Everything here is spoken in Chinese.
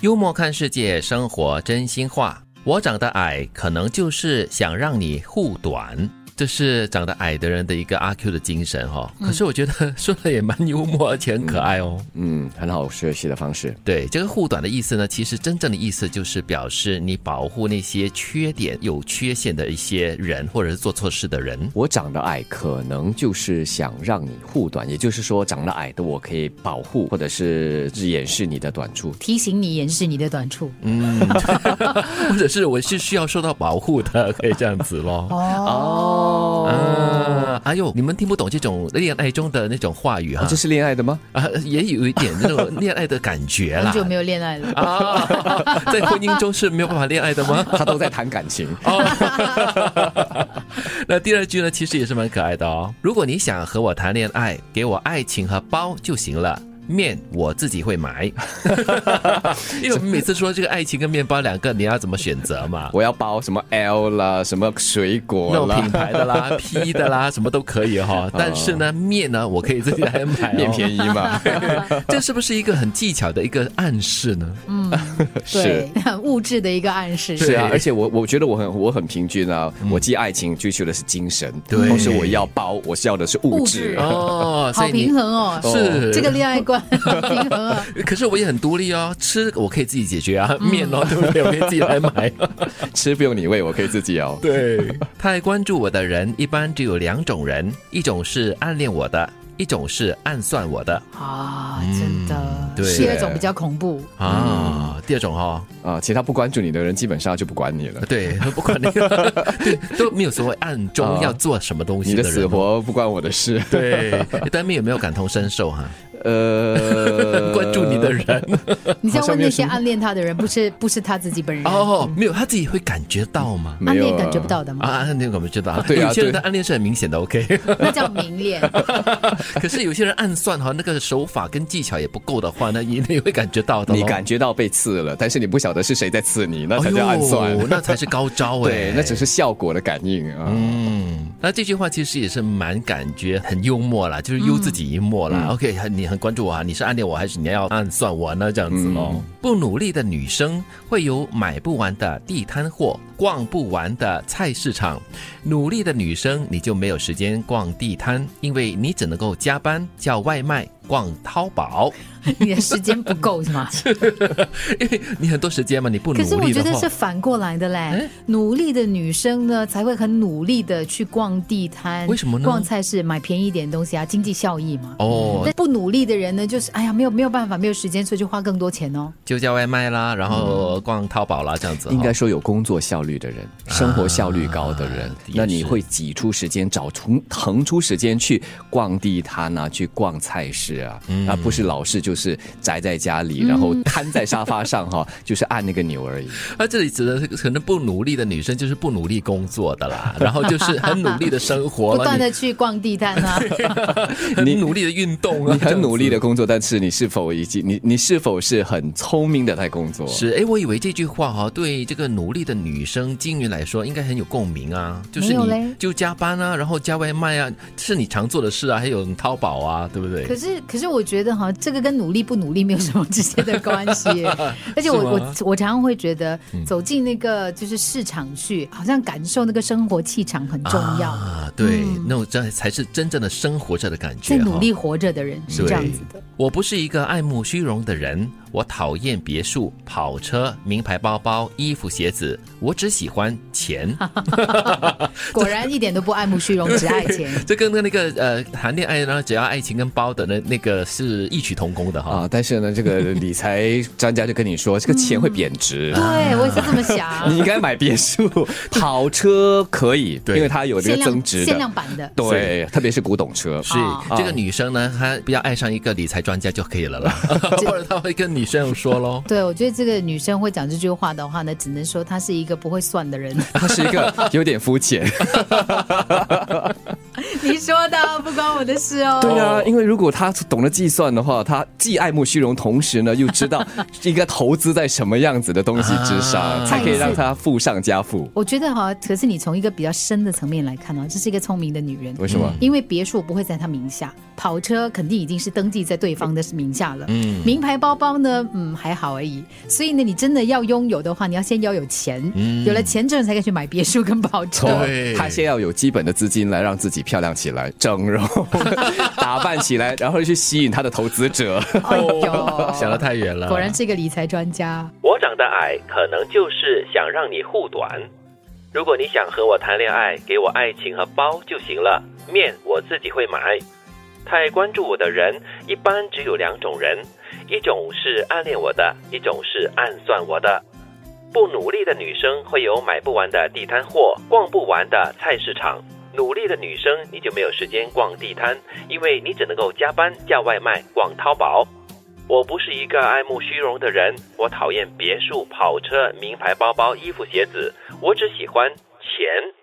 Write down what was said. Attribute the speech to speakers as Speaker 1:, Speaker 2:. Speaker 1: 幽默看世界，生活真心话。我长得矮，可能就是想让你护短，这是长得矮的人的一个阿 Q 的精神哈、可是我觉得说的也蛮幽默，而且很可爱哦。
Speaker 2: 嗯，很好学习的方式。
Speaker 1: 对，这个护短的意思呢，其实真正的意思就是表示你保护那些缺点、有缺陷的一些人，或者是做错事的人。
Speaker 2: 我长得矮，可能就是想让你护短，也就是说，长得矮的我可以保护或者是掩饰你的短处。
Speaker 3: 提醒你掩饰你的短处。
Speaker 1: 嗯， 或者是我是需要受到保护的，可以这样子咯。
Speaker 3: 哦
Speaker 2: 哦，
Speaker 1: 啊，哎呦，你们听不懂这种恋爱中的那种话语哈、
Speaker 2: 这是恋爱的吗？
Speaker 1: 啊，也有一点那种恋爱的感觉
Speaker 3: 很
Speaker 1: 啦。
Speaker 3: 久没有恋 爱了，
Speaker 1: 啊， 在婚姻中是没有办法恋爱的 吗？
Speaker 2: 他都在谈感情。
Speaker 1: 那第二句呢，其实也是蛮可爱的哦。如果你想和我谈恋爱，给我爱情和包就行了。面我自己会 买，因为我们每次说这个爱情跟面包两个，你要怎么选择 嘛？
Speaker 2: 我要包什么 L 啦，什么水
Speaker 1: 那
Speaker 2: 果
Speaker 1: 种
Speaker 2: 啦
Speaker 1: 品，牌的 啦、P 的啦，什么都可以
Speaker 3: 嗯
Speaker 1: 哈、但是呢，面呢，我可以自己来 买、哦。
Speaker 2: 面便宜嘛。
Speaker 1: 这是不是一个很技巧的一个暗示呢？
Speaker 3: 对， 很物质的一个暗示。
Speaker 2: 是啊，
Speaker 1: 对
Speaker 2: 而且我我觉得我很我很平均啊，我既爱情追求的是精神，
Speaker 1: 对
Speaker 2: 同时我要包，我是要的是物
Speaker 3: 物
Speaker 2: 质
Speaker 3: 质。
Speaker 1: 哦，所
Speaker 3: 好
Speaker 1: 以你
Speaker 3: 平衡哦，
Speaker 1: 是
Speaker 3: 这个恋爱 观很平衡啊。
Speaker 1: 可是我也很独立哦，吃我可以自己解决啊，
Speaker 2: 嗯
Speaker 1: 面哦， 对不对？我可以自己来买。
Speaker 2: 吃不用你喂，我可以自己熬。
Speaker 1: 对，太关注我的人一般只有两种人，一种是暗恋我的，一种是暗算我的
Speaker 3: 啊，真
Speaker 2: 嗯
Speaker 3: 的，
Speaker 1: 对
Speaker 3: 第二种比较恐 怖。
Speaker 1: 啊。第二种哦，
Speaker 2: 啊，其他不关注你的人，基本上就不管你了。
Speaker 1: 对，不管那 个，对，都没有所谓暗中
Speaker 2: 啊
Speaker 1: 要做什么东西
Speaker 2: 你的
Speaker 1: 人
Speaker 2: 死
Speaker 1: 哦。
Speaker 2: 活不关我的事。
Speaker 1: 对，但面有没有感同身受哈、
Speaker 2: 呃
Speaker 1: 关注你的人
Speaker 3: 你在
Speaker 2: 好
Speaker 3: 问
Speaker 2: 像没有
Speaker 3: 那
Speaker 2: 什
Speaker 3: 些
Speaker 2: 么
Speaker 3: 暗恋他的人，不是不是他自己本人，
Speaker 1: 哦，没有，他自己会感觉到吗？
Speaker 3: 暗
Speaker 2: 没有
Speaker 3: 恋
Speaker 2: 啊
Speaker 3: 感觉不到的 吗？
Speaker 1: 啊，那个我们知道，
Speaker 2: 对啊
Speaker 1: 有些人的
Speaker 2: 对
Speaker 1: 暗恋是很明显的，OK。
Speaker 3: 那叫明恋。
Speaker 1: 可是有些人暗算哈，那个手法跟技巧也不够的话，那你你会感觉到的咯。
Speaker 2: 你感觉到被刺了，但是你不晓得是谁在刺你，那才叫暗算。
Speaker 1: 哎呦 那才是高招哎、
Speaker 2: 对，那只是效果的感应啊。
Speaker 1: 嗯，那这句话其实也是蛮感觉很幽默啦，就是幽自己一默
Speaker 2: 嗯
Speaker 1: 啦。OK，很你很关注我啊，你是暗恋我还是你要暗算我呢？这样子咯。
Speaker 2: 嗯
Speaker 1: 不努力的女生会有买不完的地摊货，逛不完的菜市场。努力的女生你就没有时间逛地摊，因为你只能够加班叫外卖。逛淘宝，
Speaker 3: 你的时间不够是吗？
Speaker 1: 因为你很多时间嘛，你不努
Speaker 3: 可
Speaker 1: 力的
Speaker 3: 是
Speaker 1: 话，
Speaker 3: 我觉得是反过来的嘞
Speaker 1: 哎，
Speaker 3: 努力的女生呢，才会很努力的去逛地摊，
Speaker 1: 为什么呢
Speaker 3: 逛菜市买便宜一点东西啊，经济效益嘛。
Speaker 1: 哦，
Speaker 3: 但不努力的人呢，就是哎呀，没有没有办法，没有时间，所以就花更多钱 哦。
Speaker 1: 就叫外卖啦，然后逛淘宝啦，这样子哈、
Speaker 2: 应该说有工作效率的人，生活效率高啊的人，
Speaker 1: 也
Speaker 2: 那你
Speaker 1: 是
Speaker 2: 会挤出时间，找出腾出时间去逛地摊啊，去逛菜市啊，而不是老是就是宅在家里，然后瘫在沙发上哈、 就是按那个钮而已。
Speaker 1: 那啊这里指的是可能不努力的女生，就是不努力工作的 啦，然后就是很努力的生活
Speaker 3: 不断
Speaker 1: 了，
Speaker 3: 的去逛地摊 啊，
Speaker 1: 你很努力的运动啊，
Speaker 2: 你很努力
Speaker 1: 的。
Speaker 2: 的工作，但是你是否已经你你是否是很聪明的在工作？
Speaker 1: 是，哎，我以为这句话哈、对这个努力的女生金云来说，应该很有共鸣啊，就是
Speaker 3: 没有
Speaker 1: 你
Speaker 3: 嘞
Speaker 1: 就加班啊，然后加外卖啊，是你常做的事啊，还有淘宝啊，对不
Speaker 3: 可
Speaker 1: 对？
Speaker 3: 是，可是我觉得哈，这个跟努力不努力没有什么直接的关 系。而且我
Speaker 1: 吗嗯
Speaker 3: 我我常常会觉得，走进那个就是市场去，啊好像感受那个生活气场很重要。
Speaker 1: 啊，对，那种这才是真正的生活着的感觉、
Speaker 3: 在
Speaker 1: 哈。
Speaker 3: 努力活着的人是这样子的。
Speaker 1: 我不是一个爱慕虚荣的人，我讨厌别墅、跑车、名牌包包、衣服、鞋子，我只喜欢钱。
Speaker 3: 果然一点都不爱慕虚荣，只爱钱。
Speaker 1: 这跟那个呃谈恋爱呢，只要爱情跟包的那那个是异曲同工的哈。
Speaker 3: 哦
Speaker 2: 啊，但是呢，这个理财专家就跟你 说，这个钱会贬值。
Speaker 3: 对，我也是这么想
Speaker 2: 你。应该买别墅、跑车可以，
Speaker 1: 对
Speaker 2: 因为它有这
Speaker 3: 限
Speaker 2: 个
Speaker 3: 量
Speaker 2: 增值
Speaker 3: 限量
Speaker 2: 的。
Speaker 3: 版的，
Speaker 2: 对，特别是古董车。
Speaker 1: 是、
Speaker 3: 哦
Speaker 1: 这个女生呢，她不要爱上一个理财专家就可以了啦，或者她会跟女生说喽。
Speaker 3: 对我觉得这个女生会讲这句话的话呢，只能说她是一个不会算 的人。
Speaker 2: 它是一个有点肤浅。
Speaker 3: 你说的不关我的事哦。
Speaker 2: 对啊，因为如果他懂得计算的话，他既爱慕虚荣，同时呢又知道应该投资在什么样子的东西之上，
Speaker 1: 啊
Speaker 2: 才可以让他富上加富。
Speaker 3: 我觉得哈，可哦是你从一个比较深的层面来看呢、这是一个聪明的女人。
Speaker 2: 为什么？
Speaker 3: 因为别墅不会在她名下，跑车肯定已经是登记在对方的名下了。
Speaker 1: 嗯
Speaker 3: 名牌包包呢，嗯，还好而已。所以呢，你真的要拥有的话，你要先要有钱，
Speaker 1: 嗯
Speaker 3: 有了钱之后你才可以去买别墅跟跑车。
Speaker 1: 对
Speaker 2: 哦他先要有基本的资金来让自己漂亮起来、整容、 打扮起来，然后去吸引他的投资者。
Speaker 3: 哎呦，
Speaker 1: 想得太远了，
Speaker 3: 果然是一个理财专家。
Speaker 4: 我长得矮，可能就是想让你护短。如果你想和我谈恋爱，给我爱情和包就行了，面我自己会买。太关注我的人，一般只有两种人，一种是暗恋我的，一种是暗算我的。不努力的女生会有买不完的地摊货，逛不完的菜市场。努力的女生，你就没有时间逛地摊，因为你只能够加班叫外卖、逛淘宝。我不是一个爱慕虚荣的人，我讨厌别墅、跑车、名牌包包、衣服、鞋子，我只喜欢钱。